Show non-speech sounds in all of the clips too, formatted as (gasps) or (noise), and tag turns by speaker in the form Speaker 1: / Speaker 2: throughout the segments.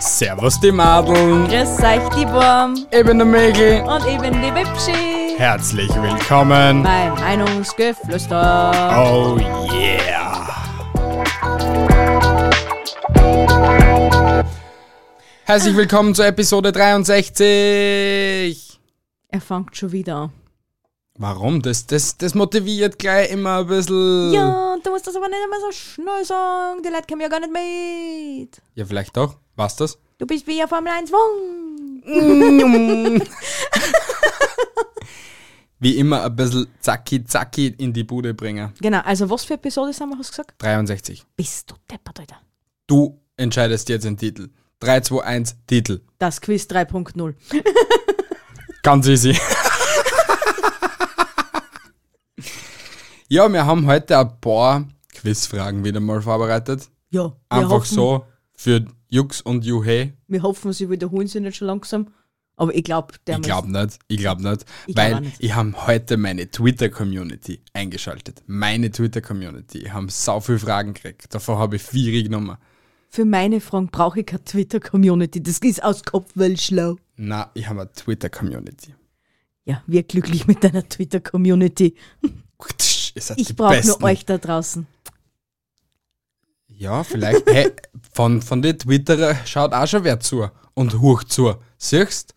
Speaker 1: Servus die Madeln,
Speaker 2: Grüß euch, die Wurm
Speaker 1: eben der Mägel.
Speaker 2: und eben die Bibschi.
Speaker 1: Herzlich willkommen.
Speaker 2: Mein Meinungsgeflüster.
Speaker 1: Oh yeah. Herzlich willkommen zur Episode 63.
Speaker 2: Er fängt schon wieder an.
Speaker 1: Warum? Das, das, das motiviert gleich immer ein bisschen.
Speaker 2: Ja, du musst das aber nicht immer so schnell sagen. Die Leute kommen ja gar nicht mit.
Speaker 1: ja vielleicht doch. Was das?
Speaker 2: Du bist wie ein Formel 1 Wung.
Speaker 1: Wie immer ein bisschen zacki zacki in die Bude bringen.
Speaker 2: Genau, also was für Episode haben wir, hast du gesagt?
Speaker 1: 63.
Speaker 2: Bist du deppert, Alter.
Speaker 1: Du entscheidest jetzt den Titel. 3, 2, 1, Titel.
Speaker 2: Das Quiz 3.0.
Speaker 1: Ganz easy. (laughs) ja, wir haben heute ein paar Quizfragen wieder mal vorbereitet.
Speaker 2: Ja, wir
Speaker 1: Einfach
Speaker 2: hoffen,
Speaker 1: so für Jux und Juhe.
Speaker 2: Wir hoffen, sie wiederholen sich nicht schon langsam. Aber ich glaube, der
Speaker 1: Ich glaube nicht, ich glaube nicht,
Speaker 2: Ich glaub auch
Speaker 1: weil
Speaker 2: nicht.
Speaker 1: ich habe heute meine Twitter-Community eingeschaltet. Meine Twitter-Community. Ich habe so viele Fragen gekriegt. Davon habe ich vier genommen.
Speaker 2: Für meine Fragen brauche ich keine Twitter-Community. Das ist aus Kopfwell schlau.
Speaker 1: Na, ich habe eine Twitter-Community.
Speaker 2: Ja, wir glücklich mit deiner Twitter-Community.
Speaker 1: Ihr seid die
Speaker 2: Ich brauche nur
Speaker 1: Besten.
Speaker 2: euch da draußen.
Speaker 1: Ja, vielleicht. hey, von, von den Twitterer schaut auch schon wer zu und hucht zu. Siehst?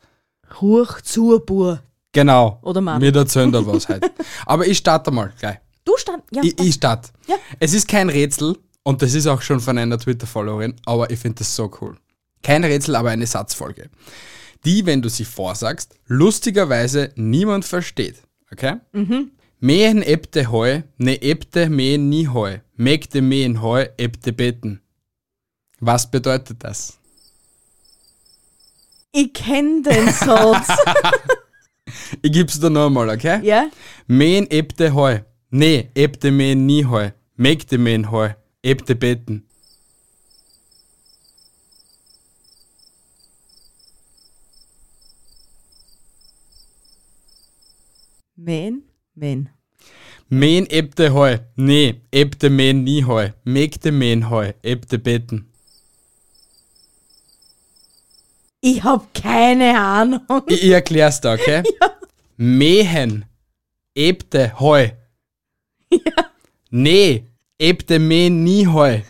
Speaker 2: Huch zur Bur.
Speaker 1: Genau.
Speaker 2: Oder Mann.
Speaker 1: Mir erzählen da was heute. Aber ich starte mal gleich.
Speaker 2: Du stand. Ja,
Speaker 1: Ich, ich starte.
Speaker 2: Ja.
Speaker 1: Es ist kein Rätsel und das ist auch schon von einer Twitter-Followerin, aber ich finde das so cool. Kein Rätsel, aber eine Satzfolge. Die, wenn du sie vorsagst, lustigerweise niemand versteht. Okay?
Speaker 2: Mhm.
Speaker 1: Mehen ebte heu, ne ebte mehen nie heu. Mägde mehen heu, ebte beten. Was bedeutet das?
Speaker 2: ich kenne den Satz.
Speaker 1: (laughs) Ich gib's dir nochmal, okay?
Speaker 2: ja?
Speaker 1: Mehen ebte heu. Nee, ebte mehen nie heu. Mägde mehen heu. Ebte beten.
Speaker 2: Men, men.
Speaker 1: Mehen ebte heu. Nee, ebte mehen nie heu. Mägde mehen heu. Ebte beten.
Speaker 2: Ich hab keine Ahnung.
Speaker 1: Ich, ich erklär's dir, okay? Mehen. Ebte heu. Nee, ebte mehen nie heu.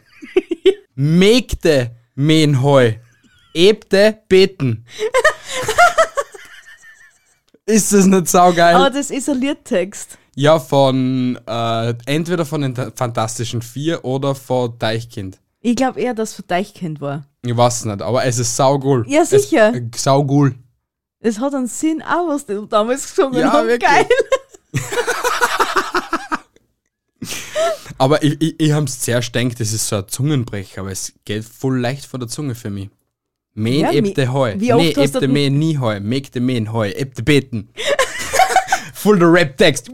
Speaker 1: Mägde mehen heu. Ebte beten. Ist das nicht saugeil?
Speaker 2: Aber das ist ein Liedtext.
Speaker 1: Ja, von äh, entweder von den Ta- Fantastischen Vier oder von Deichkind.
Speaker 2: Ich glaube eher, dass es für Deichkind war.
Speaker 1: Ich weiß nicht, aber es ist saugool.
Speaker 2: Ja, sicher.
Speaker 1: Es, äh, saugool.
Speaker 2: Es hat einen Sinn auch, was die damals gesungen
Speaker 1: Ja,
Speaker 2: haben.
Speaker 1: wirklich.
Speaker 2: Geil. (laughs)
Speaker 1: Aber ich, ich, ich hab's zuerst gedacht, das ist so ein Zungenbrecher, aber es geht voll leicht von der Zunge für mich. Mehn
Speaker 2: Ja,
Speaker 1: ebte
Speaker 2: mi-
Speaker 1: heu.
Speaker 2: wie oft
Speaker 1: Nee,
Speaker 2: hast du
Speaker 1: ebte
Speaker 2: den-
Speaker 1: mehn nie heu. Mägde mehn heu. Ebte beten. (laughs) Voll der Rap-Text.
Speaker 2: Ich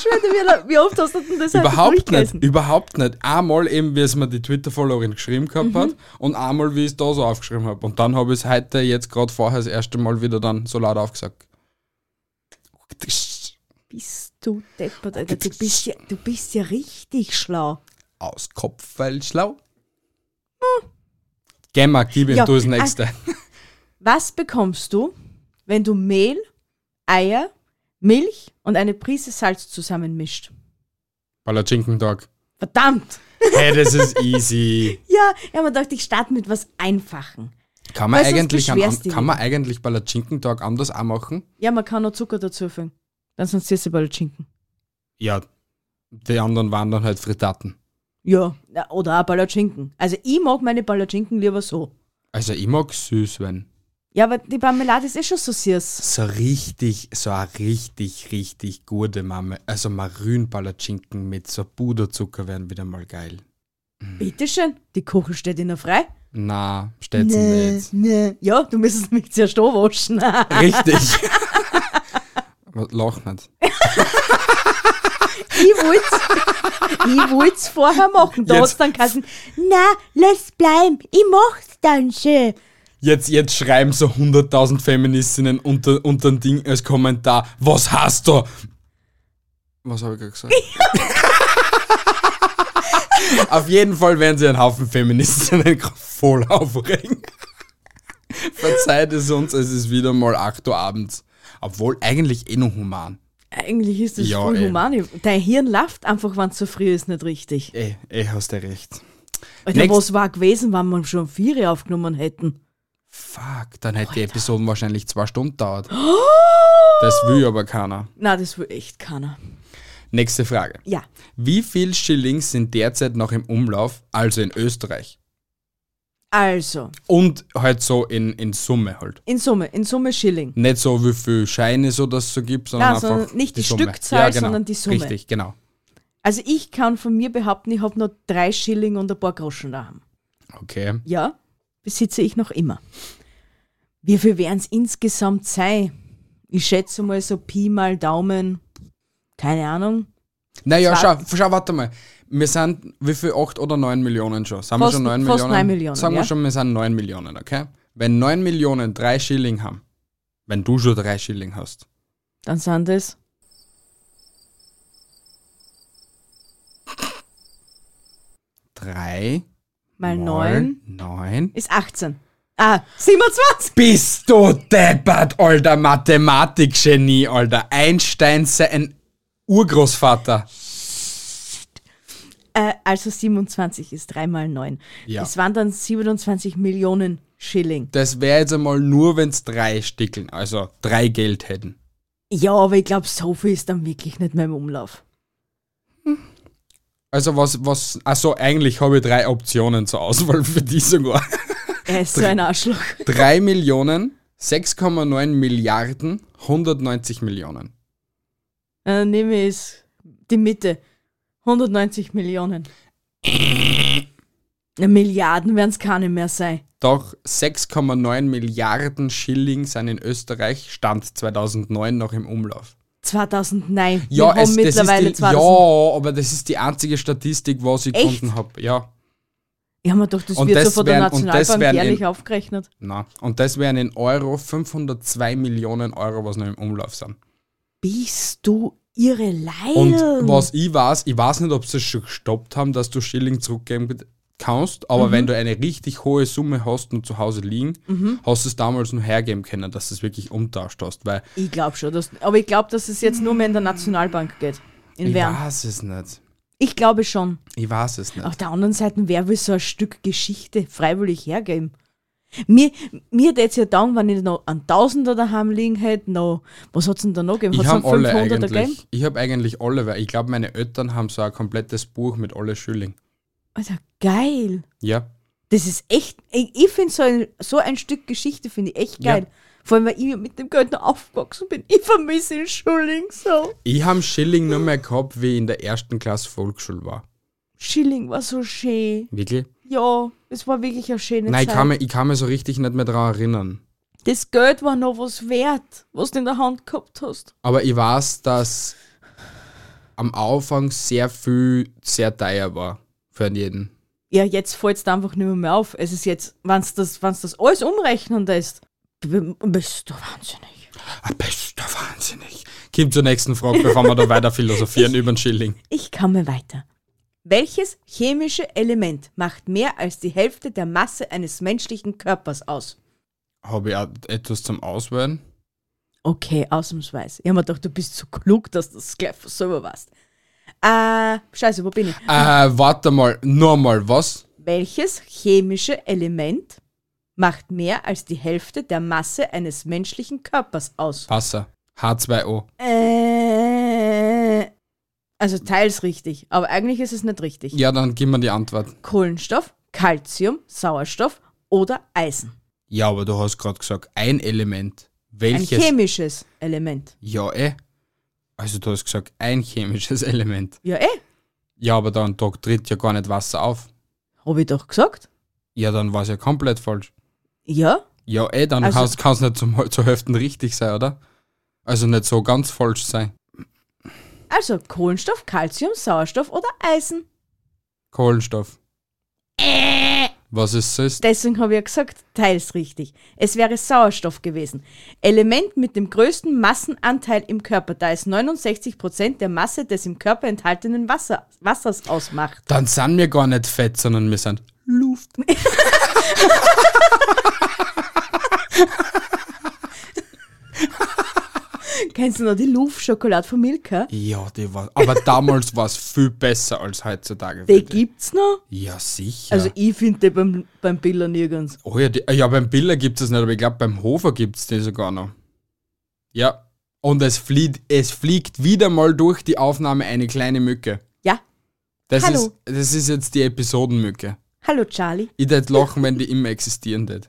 Speaker 2: schwör dir, wie la- wie oft hast du denn das einfach
Speaker 1: Überhaupt nicht,
Speaker 2: durchgelesen?
Speaker 1: überhaupt nicht. Einmal eben, wie es mir die Twitter-Followerin geschrieben gehabt
Speaker 2: Mhm.
Speaker 1: hat und einmal, wie ich es da so aufgeschrieben habe. Und dann habe ich es heute, jetzt gerade vorher, das erste Mal wieder dann so laut aufgesagt.
Speaker 2: Bist du deppert, Alter. Du bist ja, du bist ja richtig schlau.
Speaker 1: Aus Kopf, weil schlau. Hm. Geh mal, gib ihm,
Speaker 2: Ja,
Speaker 1: du das
Speaker 2: ah. (laughs)
Speaker 1: Nächste.
Speaker 2: Was bekommst du, wenn du Mehl, Eier, Milch und eine Prise Salz zusammenmischt? (laughs)
Speaker 1: Palatschinken-Tag.
Speaker 2: Verdammt!
Speaker 1: Hey, das ist easy.
Speaker 2: Ja, ich habe mir gedacht, ich starte mit was Einfachen.
Speaker 1: Kann man,
Speaker 2: Weil sonst
Speaker 1: eigentlich, an,
Speaker 2: beschwerst du
Speaker 1: kann man eigentlich Palatschinken-Tag anders auch machen?
Speaker 2: Ja, man kann noch Zucker dazu füllen. Dann sonst ist sie bald Schinken.
Speaker 1: Ja. Die anderen waren dann halt Frittaten.
Speaker 2: Ja, na, oder auch Palatschinken. Also ich mag meine Palatschinken lieber so.
Speaker 1: Also ich mag süß, wenn.
Speaker 2: Ja, aber die Marmelade ist eh schon so süß.
Speaker 1: so richtig, so eine richtig, richtig gute Mame. Also Marünpalatschinken mit so Puderzucker wären wieder mal geil.
Speaker 2: Bitteschön, die Kuchen steht Ihnen frei.
Speaker 1: Na, stellt's nee. nicht.
Speaker 2: nee. Ja, du müsstest mich zuerst waschen.
Speaker 1: Richtig.
Speaker 2: (laughs)
Speaker 1: (laughs) Aber Lach nicht.
Speaker 2: ich wollte ich wollt's vorher machen. Da
Speaker 1: Jetzt-
Speaker 2: hat's dann geheißen, na, lass bleiben, ich mach's dann schon.
Speaker 1: Jetzt, jetzt schreiben so 100.000 Feministinnen unter, unter ein Ding als Kommentar, was hast du? Was habe ich gerade (laughs) gesagt? Auf jeden Fall werden sie einen Haufen Feministinnen (laughs) voll aufregen. Verzeiht es uns, es ist wieder mal 8 Uhr abends. Obwohl eigentlich eh noch human.
Speaker 2: Eigentlich ist das
Speaker 1: Ja,
Speaker 2: voll
Speaker 1: ey.
Speaker 2: human. Dein Hirn läuft einfach, wenn's so früh ist, nicht richtig.
Speaker 1: Eh, eh hast du recht.
Speaker 2: Alter,
Speaker 1: Nächst-
Speaker 2: was war gewesen, wenn wir schon vier aufgenommen hätten?
Speaker 1: Fuck, dann hätte die Episode wahrscheinlich zwei Stunden (gasps) dauert. Das will aber keiner.
Speaker 2: Na, das will echt keiner.
Speaker 1: Nächste Frage.
Speaker 2: Ja,
Speaker 1: Wie viel Schillings sind derzeit noch im Umlauf, also in Österreich?
Speaker 2: also,
Speaker 1: Und halt so in, in Summe halt.
Speaker 2: in Summe, in Summe Schilling.
Speaker 1: Nicht so, wie viel Scheine so das so gibt, sondern
Speaker 2: Nein, sondern
Speaker 1: einfach
Speaker 2: nicht die
Speaker 1: Summe.
Speaker 2: Stückzahl, sondern die Summe.
Speaker 1: Richtig, genau.
Speaker 2: Also ich kann von mir behaupten, ich habe nur drei Schilling und ein paar Groschen daheim.
Speaker 1: Okay.
Speaker 2: Ja, besitze ich noch immer. Wie viel wären es insgesamt sein? Ich schätze mal so Pi mal Daumen, keine Ahnung,
Speaker 1: Naja, schau,
Speaker 2: Zwei-
Speaker 1: schau, warte mal. Wir sind, wie viel, 8 oder 9 Millionen schon? Sagen wir
Speaker 2: Fast-
Speaker 1: schon 9
Speaker 2: fast
Speaker 1: Millionen?
Speaker 2: neun Millionen,
Speaker 1: Sagen wir
Speaker 2: ja.
Speaker 1: schon, wir sind 9 Millionen, okay? Wenn 9 Millionen 3 Schilling haben, wenn du schon 3 Schilling hast,
Speaker 2: dann sind es.
Speaker 1: drei
Speaker 2: Mal neun
Speaker 1: 9.
Speaker 2: ist 18. Ah, 27!
Speaker 1: Bist du deppert, alter Mathematikgenie, alter Einstein, sein Urgroßvater.
Speaker 2: Äh, also 27 ist 3 mal 9.
Speaker 1: Ja.
Speaker 2: Das waren dann 27 Millionen Schilling.
Speaker 1: Das wäre jetzt einmal nur, wenn's drei Stickeln, also drei Geld hätten.
Speaker 2: Ja, aber ich glaube, so viel ist dann wirklich nicht mehr im Umlauf.
Speaker 1: Also was, was, also eigentlich habe ich drei Optionen zur Auswahl für die sogar. (laughs)
Speaker 2: Er ist so ein Arschloch.
Speaker 1: Drei Millionen, 6,9 Milliarden, 190 Millionen.
Speaker 2: Äh, nehme ich es die Mitte. 190 Millionen. Na, Milliarden werden es keine mehr sein.
Speaker 1: Doch 6,9 Milliarden Schilling sind in Österreich, Stand 2009 noch im Umlauf.
Speaker 2: 2009.
Speaker 1: Ja,
Speaker 2: Wir
Speaker 1: es,
Speaker 2: haben
Speaker 1: das ist
Speaker 2: mittlerweile
Speaker 1: die, ja,
Speaker 2: 2000.
Speaker 1: aber das ist die einzige Statistik, was ich
Speaker 2: Echt?
Speaker 1: gefunden habe. Ja,
Speaker 2: Ja, man doch, das
Speaker 1: Und
Speaker 2: wird so
Speaker 1: das
Speaker 2: von der
Speaker 1: wären- und das
Speaker 2: Nationalbank
Speaker 1: wären in-
Speaker 2: jährlich aufgerechnet.
Speaker 1: na. Und das wären in Euro 502 Millionen Euro, was noch im Umlauf sind.
Speaker 2: Bist du irre Leil?
Speaker 1: Und was ich weiß, ich weiß nicht, ob sie es schon gestoppt haben, dass du Schilling zurückgeben kannst, aber
Speaker 2: Mhm.
Speaker 1: wenn du eine richtig hohe Summe hast und zu Hause liegen, hast du es damals nur hergeben können, dass du es wirklich umtauscht hast, weil
Speaker 2: Ich glaube schon. Dass, aber ich glaube, dass es jetzt nur mehr in der Nationalbank geht. In
Speaker 1: ich
Speaker 2: Wern.
Speaker 1: weiß es nicht.
Speaker 2: Ich glaube schon.
Speaker 1: Ich weiß es nicht.
Speaker 2: Auf der anderen Seite, wer will so ein Stück Geschichte freiwillig hergeben? Mir, mir hätte es ja dann, wenn ich noch einen Tausender daheim liegen hätte, noch, was hat es denn da noch gegeben?
Speaker 1: Ich
Speaker 2: Hat's
Speaker 1: habe
Speaker 2: einen
Speaker 1: alle
Speaker 2: 500er
Speaker 1: eigentlich. Ich habe eigentlich alle, weil ich glaube, meine Eltern haben so ein komplettes Buch mit alle Schilling.
Speaker 2: Alter, Also, geil.
Speaker 1: Ja.
Speaker 2: Das ist echt, ich, ich finde so ein, so ein Stück Geschichte finde ich echt
Speaker 1: Ja.
Speaker 2: geil. Vor allem, weil ich mit dem Geld noch aufgewachsen bin. Ich vermisse den Schilling so.
Speaker 1: Ich habe Schilling nur mehr gehabt, wie ich in der ersten Klasse Volksschule war.
Speaker 2: Schilling war so schön.
Speaker 1: Wirklich?
Speaker 2: Ja, es war wirklich eine schöne
Speaker 1: Nein, ich
Speaker 2: Zeit.
Speaker 1: kann, mich, ich kann mich so richtig nicht mehr daran erinnern.
Speaker 2: das Geld war noch was wert, was du in der Hand gehabt hast.
Speaker 1: Aber ich weiß, dass am Anfang sehr viel sehr teuer war für jeden.
Speaker 2: Ja, jetzt fällt es einfach nicht mehr, mehr auf. Es ist jetzt, wenn du das, wenn's das alles umrechnen lässt, b- bist du wahnsinnig.
Speaker 1: Ah, bist du wahnsinnig. Kim zur nächsten Frage, bevor wir da weiter philosophieren über den Schilling.
Speaker 2: Ich komme weiter. Welches chemische Element macht mehr als die Hälfte der Masse eines menschlichen Körpers aus?
Speaker 1: Habe ich auch etwas zum Auswählen?
Speaker 2: Okay, ausnahmsweise. Ich hab mir gedacht, du bist so klug, dass du das gleich von selber weißt. Äh, scheiße, wo bin ich?
Speaker 1: Äh, warte mal, nochmal, was?
Speaker 2: Welches chemische Element macht mehr als die Hälfte der Masse eines menschlichen Körpers aus?
Speaker 1: Wasser. H2O.
Speaker 2: Äh, also teils richtig, aber eigentlich ist es nicht richtig.
Speaker 1: Ja, dann gib mir die Antwort.
Speaker 2: Kohlenstoff, Calcium, Sauerstoff oder Eisen.
Speaker 1: Ja, aber du hast gerade gesagt, ein Element.
Speaker 2: Ein
Speaker 1: Welches?
Speaker 2: chemisches Element.
Speaker 1: ja, eh. Also du hast gesagt, ein chemisches (laughs) Element.
Speaker 2: Ja, eh,
Speaker 1: Ja, aber dann tritt ja gar nicht Wasser auf.
Speaker 2: habe ich doch gesagt.
Speaker 1: Ja, dann war es ja komplett falsch.
Speaker 2: Ja?
Speaker 1: Ja, eh, dann
Speaker 2: Also-
Speaker 1: kann es nicht zum, (laughs) zur Hälfte richtig sein, oder? Also nicht so ganz falsch sein.
Speaker 2: Also Kohlenstoff, Calcium, Sauerstoff oder Eisen.
Speaker 1: Kohlenstoff.
Speaker 2: Äh.
Speaker 1: Was ist sonst?
Speaker 2: Deswegen habe ich ja gesagt, teils richtig. Es wäre Sauerstoff gewesen. Element mit dem größten Massenanteil im Körper, da es 69% der Masse des im Körper enthaltenen Wasser, Wassers ausmacht.
Speaker 1: Dann sind wir gar nicht fett, sondern wir sind Luft.
Speaker 2: Kennst du noch die Luft-Schokolade von Milka?
Speaker 1: Ja, die war. Aber damals war es viel besser als heutzutage.
Speaker 2: Die
Speaker 1: würde ich-
Speaker 2: gibt's noch?
Speaker 1: Ja, sicher.
Speaker 2: Also ich finde die beim, beim Biller nirgends.
Speaker 1: oh ja, die, ja, beim Biller gibt es nicht, aber ich glaube, beim Hofer gibt es die sogar noch. Ja. Und es fliegt, es fliegt wieder mal durch die Aufnahme eine kleine Mücke.
Speaker 2: Ja.
Speaker 1: Das,
Speaker 2: Hallo.
Speaker 1: Ist, das ist jetzt die Episodenmücke.
Speaker 2: Hallo Charlie.
Speaker 1: Ich tät lachen, wenn die immer existieren tät.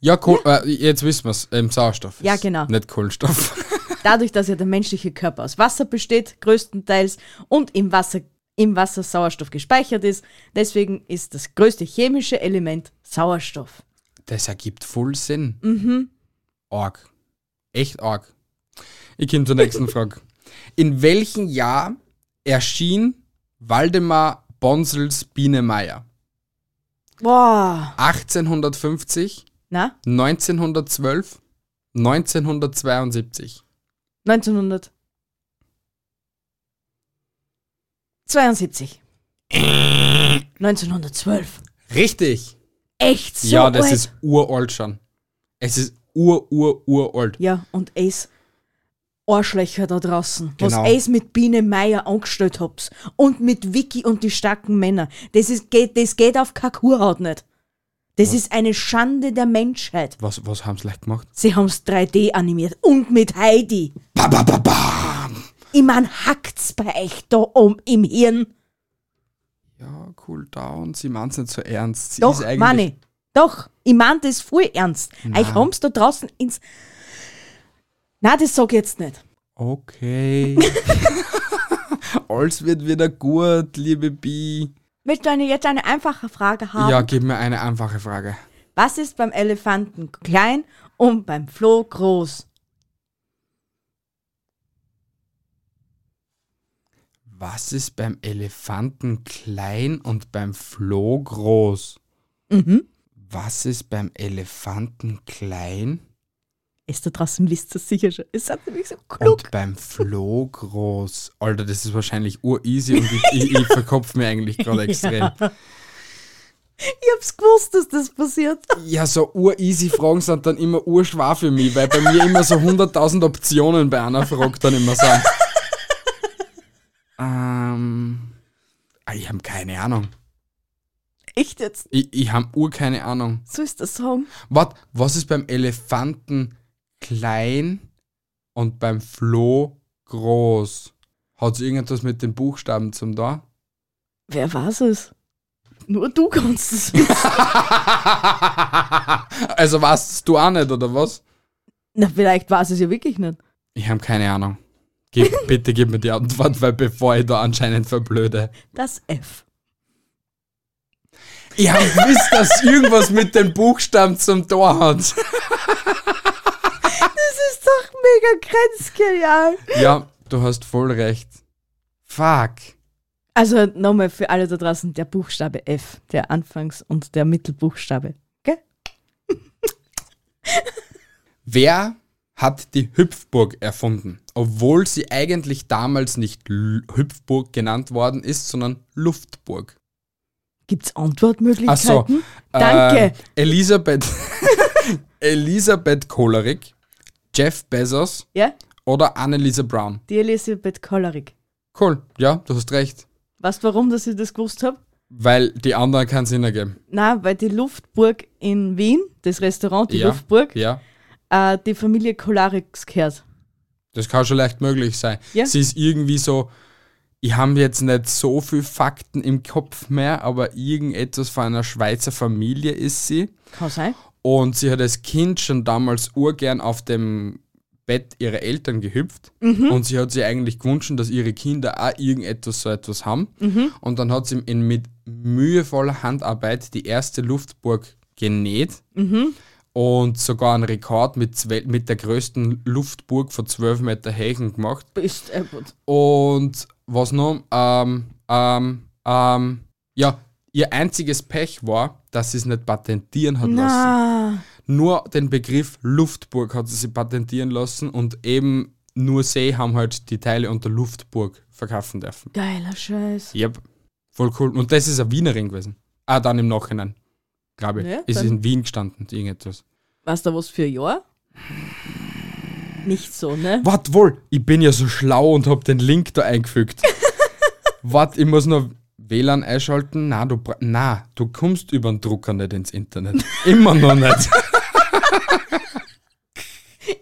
Speaker 1: Ja, Kohl, Äh, jetzt wissen wir's. Ähm, Sauerstoff.
Speaker 2: Ja,
Speaker 1: ist,
Speaker 2: genau.
Speaker 1: Nicht Kohlenstoff.
Speaker 2: Dadurch, dass ja der menschliche Körper aus Wasser besteht, größtenteils, und im Wasser, im Wasser Sauerstoff gespeichert ist, deswegen ist das größte chemische Element Sauerstoff.
Speaker 1: Das ergibt voll Sinn. Mhm. Arg. Echt arg. Ich komme zur
Speaker 2: (laughs)
Speaker 1: nächsten Frage. In welchem Jahr erschien Waldemar Bonsels Biene Meier?
Speaker 2: Boah.
Speaker 1: 1850,
Speaker 2: Na?
Speaker 1: 1912, 1972.
Speaker 2: 1900. 72.
Speaker 1: Äh.
Speaker 2: 1912.
Speaker 1: Richtig.
Speaker 2: Echt so
Speaker 1: ja, das
Speaker 2: alt?
Speaker 1: ist uralt schon. Es ist ur, ur, uralt.
Speaker 2: Ja, und Ace Arschlöcher da draußen, was
Speaker 1: Genau.
Speaker 2: Ace mit Biene Meier angestellt habt. Und mit Vicky und die starken Männer. Das, ist, geht, das geht auf keine Kuhhaut nicht. Das ist eine Schande der Menschheit.
Speaker 1: Was, was haben sie leicht gemacht?
Speaker 2: Sie haben's 3D animiert. Und mit Heidi.
Speaker 1: Ba, ba, ba, ba.
Speaker 2: Ich mein, hackt's bei euch da um im Hirn.
Speaker 1: Ja, cool down. Sie meinen es nicht so ernst. Sie
Speaker 2: Doch,
Speaker 1: ist eigentlich
Speaker 2: meine. ich. Doch, ich mein das voll ernst. Euch haben's da draußen ins. Na, das sag ich jetzt nicht.
Speaker 1: Okay. (laughs) Alles wird wieder gut, liebe Bi.
Speaker 2: Willst du eine, jetzt eine einfache Frage haben?
Speaker 1: Ja, gib mir eine einfache Frage.
Speaker 2: Was ist beim Elefanten klein und beim Floh groß?
Speaker 1: Was ist beim Elefanten klein und beim Floh groß?
Speaker 2: Mhm.
Speaker 1: Was ist beim Elefanten klein
Speaker 2: Ist da draußen, wisst ihr sicher schon. Ist das nämlich so klug?
Speaker 1: und beim Floh groß? Alter, das ist wahrscheinlich ureasy und ich, ich, ich verkopf mir eigentlich gerade extrem.
Speaker 2: Ich hab's gewusst, dass das passiert.
Speaker 1: Ja, so ureasy Fragen sind dann immer urschwer für mich, weil bei mir immer so 100.000 Optionen bei einer Frage dann immer sind. ähm, ah, ich habe keine Ahnung.
Speaker 2: Echt jetzt?
Speaker 1: Ich, ich habe ur keine Ahnung.
Speaker 2: So ist das Song.
Speaker 1: Wat, was ist beim Elefanten klein und beim Floh groß? Hat es irgendetwas mit den Buchstaben zum da? (laughs)
Speaker 2: Wer war's es? Nur du kannst es
Speaker 1: (laughs)
Speaker 2: wissen.
Speaker 1: also weißt du auch nicht, oder was?
Speaker 2: Na, vielleicht war's es ja wirklich nicht.
Speaker 1: Ich habe keine Ahnung. (laughs) Gib, bitte gib mir die Antwort, weil bevor ich da anscheinend verblöde.
Speaker 2: Das F.
Speaker 1: Ich hab gewusst, dass irgendwas mit den Buchstaben zum Tor hat.
Speaker 2: Das ist doch mega grenzgenial.
Speaker 1: (laughs) Ja, du hast voll recht. Fuck.
Speaker 2: Also nochmal für alle da draußen, der Buchstabe F, der Anfangs- und der Mittelbuchstabe. Gell?
Speaker 1: Wer hat die Hüpfburg erfunden? Obwohl sie eigentlich damals nicht L Hüpfburg genannt worden ist, sondern Luftburg.
Speaker 2: Gibt's
Speaker 1: Ach so,
Speaker 2: Antwortmöglichkeiten? Danke.
Speaker 1: Ähm, Elisabeth, (laughs) Elisabeth Kolerik, Jeff Bezos
Speaker 2: Ja?
Speaker 1: oder Anneliese Brown.
Speaker 2: Die Elisabeth Kollerig.
Speaker 1: Cool, ja, du hast recht.
Speaker 2: Weißt du, warum dass ich das gewusst habe?
Speaker 1: Weil die anderen keinen Sinn ergeben.
Speaker 2: Na, weil die Luftburg in Wien, das Restaurant, die
Speaker 1: ja.
Speaker 2: Luftburg,
Speaker 1: Ja.
Speaker 2: äh, die Familie Kolariks gehört.
Speaker 1: Das kann schon leicht möglich sein.
Speaker 2: Ja.
Speaker 1: Sie ist irgendwie so, ich habe jetzt nicht so viel Fakten im Kopf mehr, aber irgendetwas von einer Schweizer Familie ist sie.
Speaker 2: Kann sein.
Speaker 1: Und sie hat als Kind schon damals urgern auf dem Bett ihrer Eltern gehüpft. Und sie hat sich eigentlich gewünscht, dass ihre Kinder auch irgendetwas so etwas haben. Und dann hat sie in, mit mühevoller Handarbeit die erste Luftburg genäht und sogar einen Rekord mit, zwe- mit der größten Luftburg von 12 Meter Hägen gemacht.
Speaker 2: Bist äh, gut.
Speaker 1: Und was noch? Ähm, ähm, ähm, ja, ihr einziges Pech war, dass sie es nicht patentieren hat lassen
Speaker 2: Na,
Speaker 1: nur den Begriff Luftburg hat sie sich patentieren lassen und eben nur sie haben halt die Teile unter Luftburg verkaufen dürfen.
Speaker 2: geiler Scheiß.
Speaker 1: Yep. Voll cool. Und das ist eine Wienerin gewesen. Ah, dann im Nachhinein. Glaube ich.
Speaker 2: Ja,
Speaker 1: ist
Speaker 2: dann-
Speaker 1: in Wien gestanden, irgendetwas.
Speaker 2: Weißt du was für ein Jahr? Nicht so, ne?
Speaker 1: Wart wohl, ich bin ja so schlau und hab den Link da
Speaker 2: (laughs)
Speaker 1: eingefügt. Wart, ich muss noch WLAN einschalten. Na, du, bra- na, du kommst über den Drucker nicht ins
Speaker 2: (laughs)
Speaker 1: Internet. Immer noch nicht.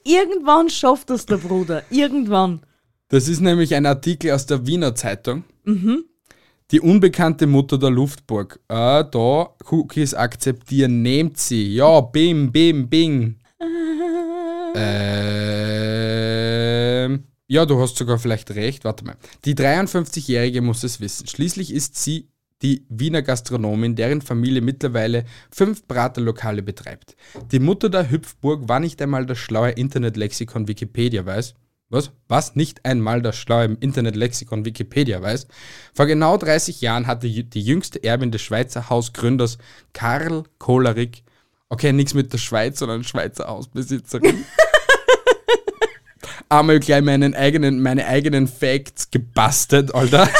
Speaker 2: Irgendwann schafft das der Bruder. Irgendwann.
Speaker 1: Das ist nämlich ein Artikel aus der Wiener Zeitung. Die unbekannte Mutter der Luftburg. Äh, da, Cookies akzeptieren, nehmt sie. Ja, bim, bim, bing. Ähm, ja, du hast sogar vielleicht recht. Warte mal. Die 53-Jährige muss es wissen. Schließlich ist sie die Wiener Gastronomin, deren Familie mittlerweile fünf Braterlokale betreibt. Die Mutter der Hüpfburg war nicht einmal das schlaue Internetlexikon Wikipedia weiß. Was? Was nicht einmal das schlaue Internetlexikon Wikipedia weiß. Vor genau 30 Jahren hatte jü- die jüngste Erbin des Schweizer Hausgründers Karl Kohlerick, okay, nichts mit der Schweiz, sondern Schweizer Hausbesitzerin, einmal gleich meinen eigenen, meine eigenen Facts gebastelt, Alter.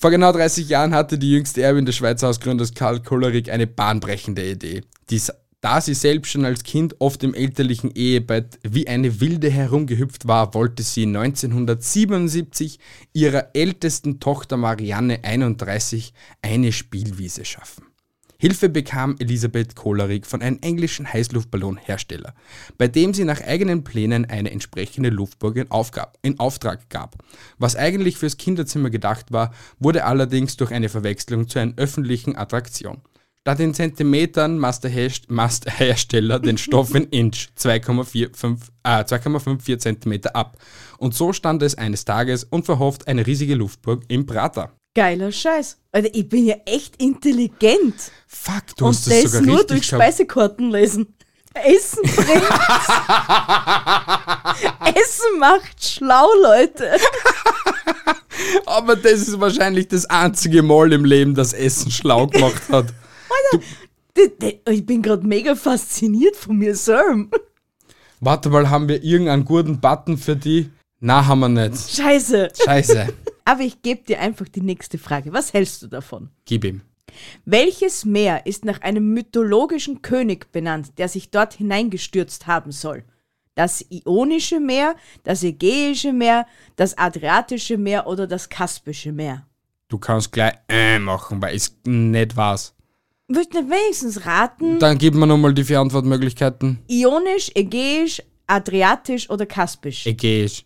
Speaker 1: Vor genau 30 Jahren hatte die jüngste Erbin des Schweizer Hausgründers Karl Kollerick eine bahnbrechende Idee. Die, sa- da sie selbst schon als Kind oft im elterlichen Ehebett wie eine Wilde herumgehüpft war, wollte sie 1977 ihrer ältesten Tochter Marianne 31 eine Spielwiese schaffen. Hilfe bekam Elisabeth Kollerick von einem englischen Heißluftballonhersteller, bei dem sie nach eigenen Plänen eine entsprechende Luftburg in, Aufgab, in Auftrag gab. Was eigentlich fürs Kinderzimmer gedacht war, wurde allerdings durch eine Verwechslung zu einer öffentlichen Attraktion. Statt in Zentimetern maß der, Herst maß der Hersteller den Stoff in Inch 2,45 äh, 2,54 Zentimeter ab. Und so stand es eines Tages unverhofft eine riesige Luftburg im Prater.
Speaker 2: Geiler Scheiß. Alter, ich bin ja echt intelligent.
Speaker 1: Fuck, du hast
Speaker 2: und
Speaker 1: das
Speaker 2: das
Speaker 1: sogar
Speaker 2: nur
Speaker 1: richtig
Speaker 2: durch
Speaker 1: gehabt.
Speaker 2: Speisekarten lesen.
Speaker 1: (laughs)
Speaker 2: Essen bringt. Essen macht schlau, Leute.
Speaker 1: Aber das ist wahrscheinlich das einzige Mal im Leben, das Essen schlau gemacht hat.
Speaker 2: D- d- Ich bin gerade mega fasziniert von mir selbst.
Speaker 1: (laughs) Warte mal, haben wir irgendeinen guten Button für die? Na, haben wir nicht.
Speaker 2: (laughs) Scheiße.
Speaker 1: Scheiße.
Speaker 2: Aber ich gebe dir einfach die nächste Frage. Was hältst du davon?
Speaker 1: Gib ihm.
Speaker 2: Welches Meer ist nach einem mythologischen König benannt, der sich dort hineingestürzt haben soll? Das Ionische Meer, das Ägäische Meer, das Adriatische Meer oder das Kaspische Meer?
Speaker 1: Du kannst gleich äh machen, weil es nicht was.
Speaker 2: Willst du nicht wenigstens raten?
Speaker 1: Dann gib mir nochmal die vier Antwortmöglichkeiten.
Speaker 2: Ionisch, Ägäisch, Adriatisch oder Kaspisch?
Speaker 1: Ägäisch.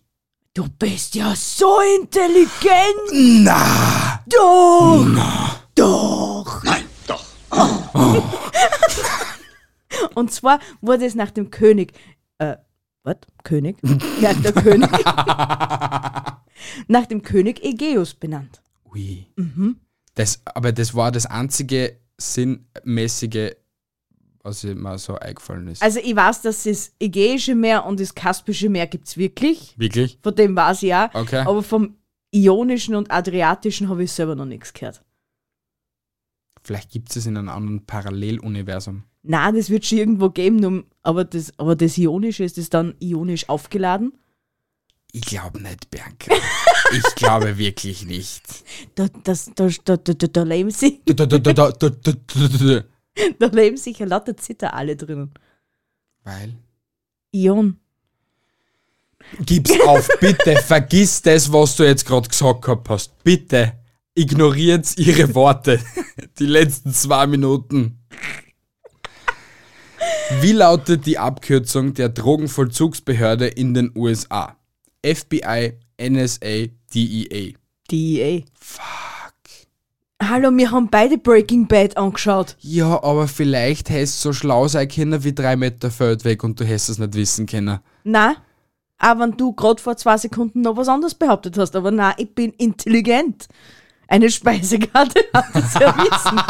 Speaker 2: Du bist ja so intelligent!
Speaker 1: Na!
Speaker 2: Doch! Doch! Nein, doch! Und zwar wurde es nach dem König. Äh, was? König? nach der König. nach dem König Ägäus benannt.
Speaker 1: (laughs) Ui.
Speaker 2: Mhm.
Speaker 1: Das, aber das war das einzige sinnmäßige, was mir so eingefallen ist.
Speaker 2: Also, ich weiß, dass das Ägäische Meer und das Kaspische Meer gibt's wirklich.
Speaker 1: Wirklich?
Speaker 2: Von dem weiß ich auch.
Speaker 1: Okay.
Speaker 2: Aber vom Ionischen und Adriatischen habe ich selber noch nichts gehört.
Speaker 1: Vielleicht gibt es es in einem anderen Paralleluniversum.
Speaker 2: Na, das wird schon irgendwo geben, nur- aber das, aber das Ionische ist das dann ionisch aufgeladen?
Speaker 1: Ich glaube nicht, Bianca. Ich glaube wirklich (laughs) nicht.
Speaker 2: Da, das, da, da, da, da, da, leben sich, (laughs)
Speaker 1: Du, du, du, du, du, du, du, du, du, du.
Speaker 2: da leben sicher lauter Zitter alle drinnen.
Speaker 1: Weil?
Speaker 2: Ion.
Speaker 1: Gib's auf, bitte. Vergiss das, was du jetzt gerade gesagt gehabt hast. Bitte. Ignoriert ihre Worte. (laughs) Die letzten zwei Minuten. Wie lautet die Abkürzung der Drogenvollzugsbehörde in den USA? FBI, NSA, DEA.
Speaker 2: DEA. Fuck. E Hallo, wir haben beide Breaking Bad angeschaut.
Speaker 1: Ja, aber vielleicht hast du so schlau sein können wie drei Meter Feldweg und du hast es nicht wissen können.
Speaker 2: Na, auch wenn du gerade vor zwei Sekunden noch was anderes behauptet hast, aber na, ich bin intelligent. Eine Speisekarte (laughs) hat es erwiesen.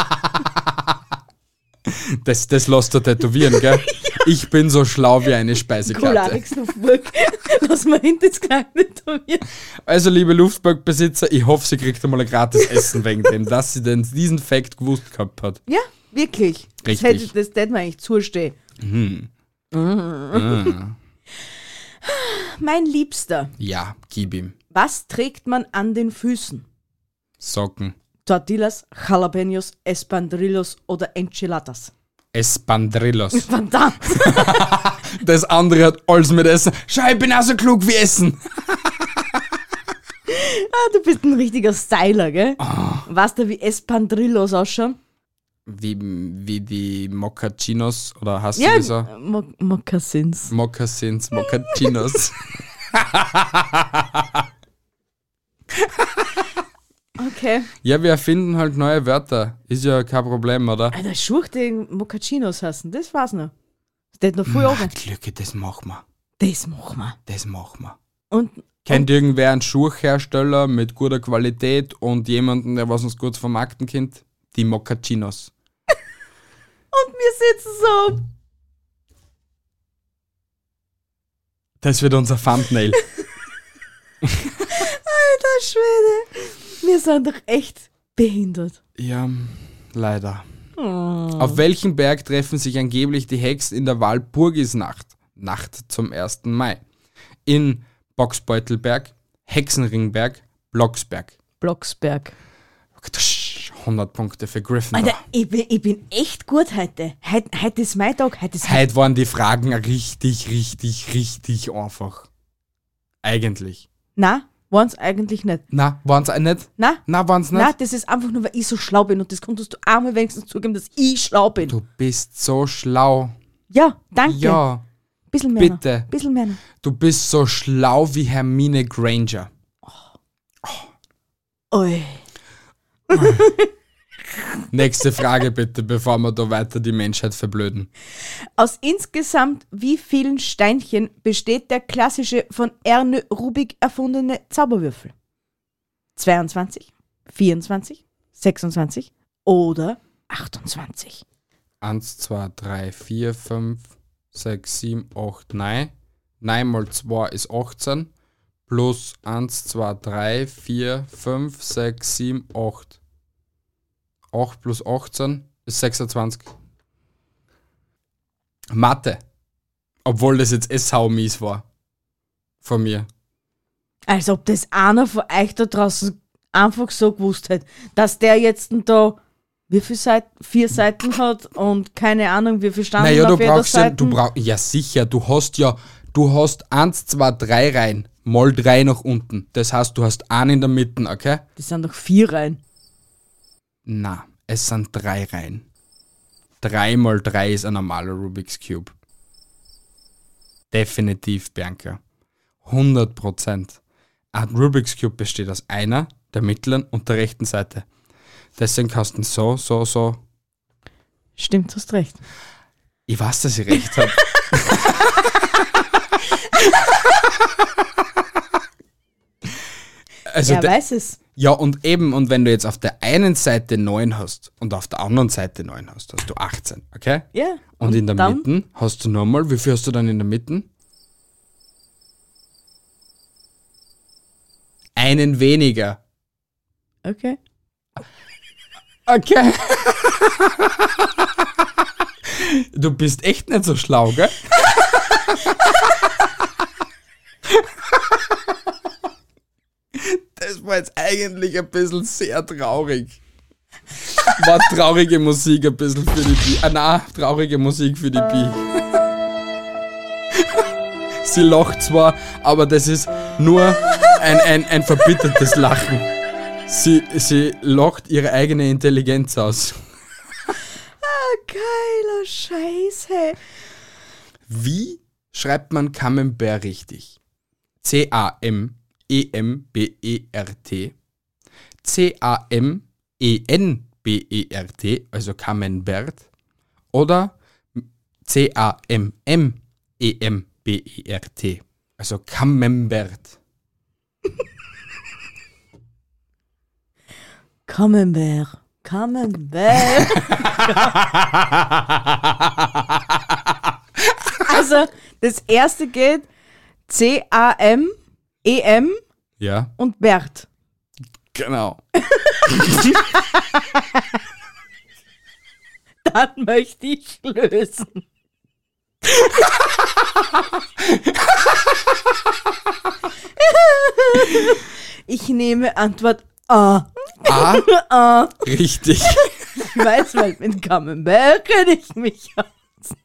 Speaker 1: Das, das lässt er tätowieren,
Speaker 2: (laughs)
Speaker 1: gell? Ich bin so schlau wie eine
Speaker 2: Cool,
Speaker 1: Speisekarte.
Speaker 2: Alex Luftburg. (laughs) Lass mal hinter das kleine Turnier.
Speaker 1: Also, liebe Luftburg-Besitzer, ich hoffe, sie kriegt einmal ein gratis Essen wegen dem, dass sie denn diesen Fact gewusst gehabt hat.
Speaker 2: Ja, wirklich.
Speaker 1: Richtig.
Speaker 2: Das hätte, das hätte man eigentlich zustehen. Mhm. Mein Liebster,
Speaker 1: Ja, gib ihm.
Speaker 2: was trägt man an den Füßen?
Speaker 1: Socken.
Speaker 2: Tortillas, Jalapenos, Espandrillos oder Enchiladas?
Speaker 1: Espandrillos.
Speaker 2: (laughs) Verdammt!
Speaker 1: Das andere hat alles mit Essen. Schau, ich bin auch so klug wie Essen.
Speaker 2: Ah, du bist ein richtiger Styler, gell? Weißt du, wie Espandrillos ausschauen?
Speaker 1: Wie, wie die Moccacinos oder hast du
Speaker 2: Ja,
Speaker 1: das auch?
Speaker 2: Mo Mokassins.
Speaker 1: Moccasins, Moccacinos.
Speaker 2: Okay.
Speaker 1: ja, wir erfinden halt neue Wörter. Ist ja kein Problem, oder?
Speaker 2: Alter, Schuch, den Mokacinos hassen, das war's noch. Das hätte noch früh auch.
Speaker 1: Glücke, das machen wir.
Speaker 2: Das machen wir.
Speaker 1: Das machen wir.
Speaker 2: Und
Speaker 1: Kennt irgendwer einen Schuhhersteller mit guter Qualität und jemanden, der was uns gut vermarkten kennt? Die Moccacinos.
Speaker 2: Und wir sitzen so. um.
Speaker 1: Das wird unser Thumbnail.
Speaker 2: Alter Schwede. Wir sind doch echt behindert.
Speaker 1: (laughs) ja, leider.
Speaker 2: Oh.
Speaker 1: Auf welchem Berg treffen sich angeblich die Hexen in der Walpurgisnacht? Nacht zum 1. Mai. In Boxbeutelberg, Hexenringberg, Blocksberg.
Speaker 2: Blocksberg.
Speaker 1: 100 Punkte für Gryffindor.
Speaker 2: Alter, ich bin, ich bin echt gut heute. Heut- Heute ist mein Tag. Heute ist
Speaker 1: Heute waren die Fragen richtig, richtig, richtig einfach. Eigentlich.
Speaker 2: Na, waren's eigentlich nicht.
Speaker 1: Na, waren's auch nicht?
Speaker 2: Na?
Speaker 1: Na, waren's nicht?
Speaker 2: Na, das ist einfach nur, weil ich so schlau bin und das konntest du einmal wenigstens zugeben, dass ich schlau bin.
Speaker 1: Du bist so schlau.
Speaker 2: Ja, danke.
Speaker 1: Ja,
Speaker 2: Bisschen mehr.
Speaker 1: bitte.
Speaker 2: Noch. Bisschen mehr. Noch.
Speaker 1: Du bist so schlau wie Hermine Granger.
Speaker 2: Ui.
Speaker 1: Nächste Frage bitte, bevor wir da weiter die Menschheit verblöden.
Speaker 2: Aus insgesamt wie vielen Steinchen besteht der klassische von Erne Rubik erfundene Zauberwürfel? 22, 24, 26 oder 28?
Speaker 1: 1, 2, 3, 4, 5, 6, 7, 8, 9. 9 mal 2 ist 18. Plus 1, 2, 3, 4, 5, 6, 7, 8. 8 plus 18 ist 26. Mathe. Obwohl das jetzt eh sau mies war. Von mir.
Speaker 2: Als ob das einer von euch da draußen einfach so gewusst hätte, dass der jetzt da wie viele Seiten, vier Seiten hat und keine Ahnung, wie viel Standen
Speaker 1: Naja, du
Speaker 2: auf jeder
Speaker 1: brauchst ja,
Speaker 2: Seite.
Speaker 1: du brauch, ja sicher, du hast ja, du hast 1, 2, 3 Reihen, mal 3 nach unten. Das heißt, du hast einen in der Mitte, okay?
Speaker 2: das sind doch vier rein.
Speaker 1: Na, es sind drei Reihen. 3 mal 3 ist ein normaler Rubik's Cube. Definitiv, Bianca. 100 Prozent. Ein Rubik's Cube besteht aus einer, der mittleren und der rechten Seite. Deswegen kannst du ihn so, so, so.
Speaker 2: Stimmt, hast recht.
Speaker 1: Ich weiß, dass ich recht (laughs) habe. also,
Speaker 2: er
Speaker 1: der-
Speaker 2: weiß es.
Speaker 1: Also ja, und eben, und wenn du jetzt auf der einen Seite 9 hast und auf der anderen Seite 9 hast, hast du 18, okay?
Speaker 2: Ja.
Speaker 1: Und, in der
Speaker 2: dann?
Speaker 1: Mitte hast du nochmal, wie viel hast du dann in der Mitte? Einen weniger.
Speaker 2: Okay.
Speaker 1: Okay. (laughs) du bist echt nicht so schlau, gell? (laughs) das war jetzt eigentlich ein bisschen sehr traurig. War traurige Musik ein bisschen für die Bi. Ah, nein, traurige Musik für die Bi. (laughs) Sie lacht zwar, aber das ist nur ein, ein, ein verbittertes Lachen. Sie, sie lacht ihre eigene Intelligenz aus.
Speaker 2: Ah, Geiler Scheiße.
Speaker 1: Wie schreibt man Camembert richtig? E C-A-M-E-M-B-E-R-T. E C-A-M-E-N-B-E-R-T, also Camembert. Oder E C-A-M-M-E-M-B-E-R-T, also Camembert.
Speaker 2: Camembert. Camembert. (laughs) also, das erste geht C-A-M, E-M
Speaker 1: Ja,
Speaker 2: E und Bert.
Speaker 1: genau.
Speaker 2: Dann möchte ich lösen. ich nehme Antwort A.
Speaker 1: A,
Speaker 2: A.
Speaker 1: richtig.
Speaker 2: Ich weiß, weil mit Camembert kenne ich mich aus.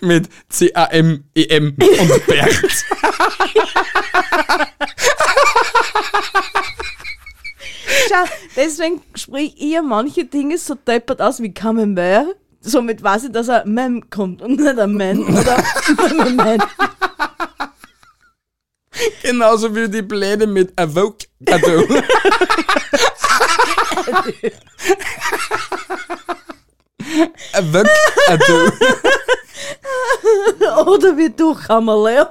Speaker 1: Mit C-A-M-E-M E und Bert.
Speaker 2: Schau, deswegen sprich ich ja manche Dinge so deppert aus wie Camembert. Somit weiß ich, dass er Mem kommt und nicht ein Man oder Mem. Mem.
Speaker 1: Genauso wie die Pläne mit Avocado. Avocado.
Speaker 2: Oder wie du, Chameleon.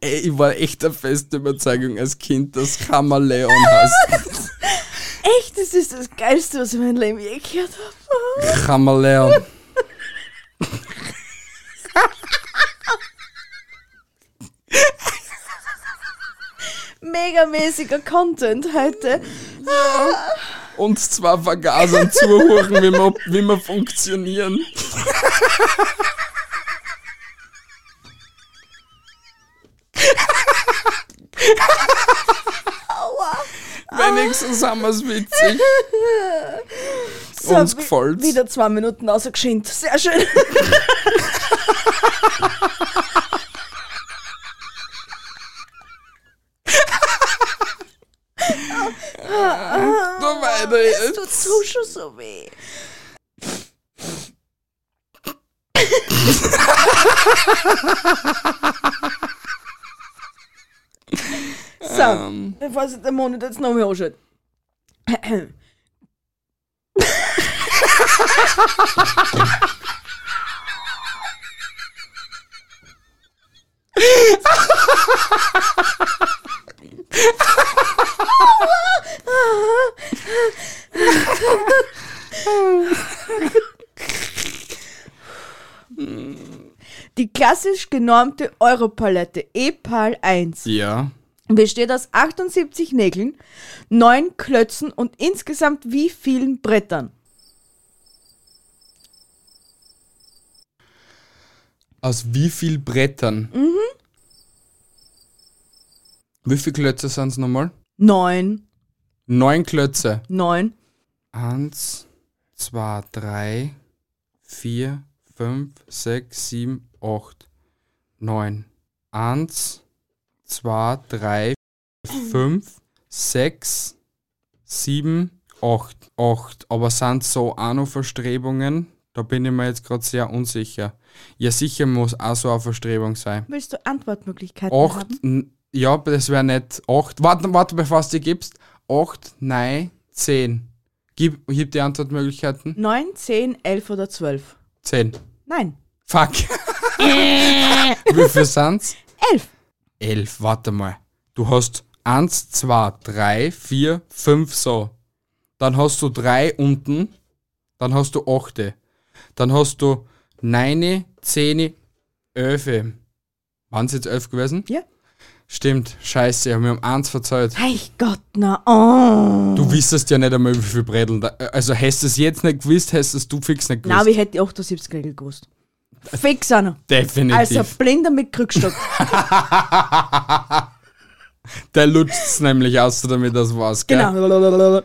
Speaker 1: Ey, ich war echt der festen Überzeugung als Kind, dass Chameleon heißt.
Speaker 2: Echt, das ist das Geilste, was ich in meinem Leben je gehört habe.
Speaker 1: Chameleon.
Speaker 2: Megamäßiger Content heute.
Speaker 1: Uns zwar vergasern, zuhören, wie wir, wie wir funktionieren. Wenigstens haben wir es witzig.
Speaker 2: So,
Speaker 1: Uns
Speaker 2: wi-
Speaker 1: gefällt's.
Speaker 2: Wieder zwei Minuten rausgeschint. Sehr schön.
Speaker 1: (laughs) Du weiter
Speaker 2: Es tut
Speaker 1: jetzt.
Speaker 2: so schon so weh. (laughs) so,
Speaker 1: Ähm.
Speaker 2: bevor sich der Monat jetzt noch mehr anschaut. Die klassisch genormte Europalette EPAL 1
Speaker 1: Ja.
Speaker 2: besteht aus 78 Nägeln, 9 Klötzen und insgesamt wie vielen Brettern?
Speaker 1: Aus wie viel Brettern?
Speaker 2: Mhm.
Speaker 1: Wie viele Klötze sind es nochmal?
Speaker 2: 9,
Speaker 1: Neun Klötze.
Speaker 2: 9,
Speaker 1: Eins, zwei, drei, vier, fünf, sechs, sieben, acht, neun. Eins, zwei, drei, fünf, sechs, sieben, acht. Acht. Aber sind so auch noch Verstrebungen? Da bin ich mir jetzt gerade sehr unsicher. Ja, sicher muss auch so eine Verstrebung sein.
Speaker 2: Willst du Antwortmöglichkeiten
Speaker 1: Acht,
Speaker 2: haben?
Speaker 1: n- ja, das wäre nicht. Acht, warte, warte, bevor du die gibst. Acht, nein, zehn. Gib, gib die Antwortmöglichkeiten.
Speaker 2: 9, 10, 11 oder 12?
Speaker 1: Zehn.
Speaker 2: Nein,
Speaker 1: Fuck.
Speaker 2: Äh.
Speaker 1: (laughs) Wie viel sind's?
Speaker 2: 11.
Speaker 1: Elf, warte mal. Du hast eins, zwei, drei, vier, fünf so. Dann hast du drei unten. Dann hast du achte. Dann hast du neune, zehn, elfe. Waren's jetzt elf gewesen?
Speaker 2: Ja.
Speaker 1: Stimmt, scheiße, ich hab mir um eins verzeiht.
Speaker 2: Hey Gott, na oh.
Speaker 1: Du wüsstest ja nicht einmal, wie viel Bredeln da. Also hättest du es jetzt nicht gewusst, hättest es du fix nicht gewusst.
Speaker 2: Na, wie hätte ich 78 Regel gewusst. Fix einer.
Speaker 1: Definitiv.
Speaker 2: Also blinder mit
Speaker 1: (laughs)
Speaker 2: Krückstock.
Speaker 1: Der lutscht es (laughs) nämlich aus, damit das war's, gell?
Speaker 2: Genau.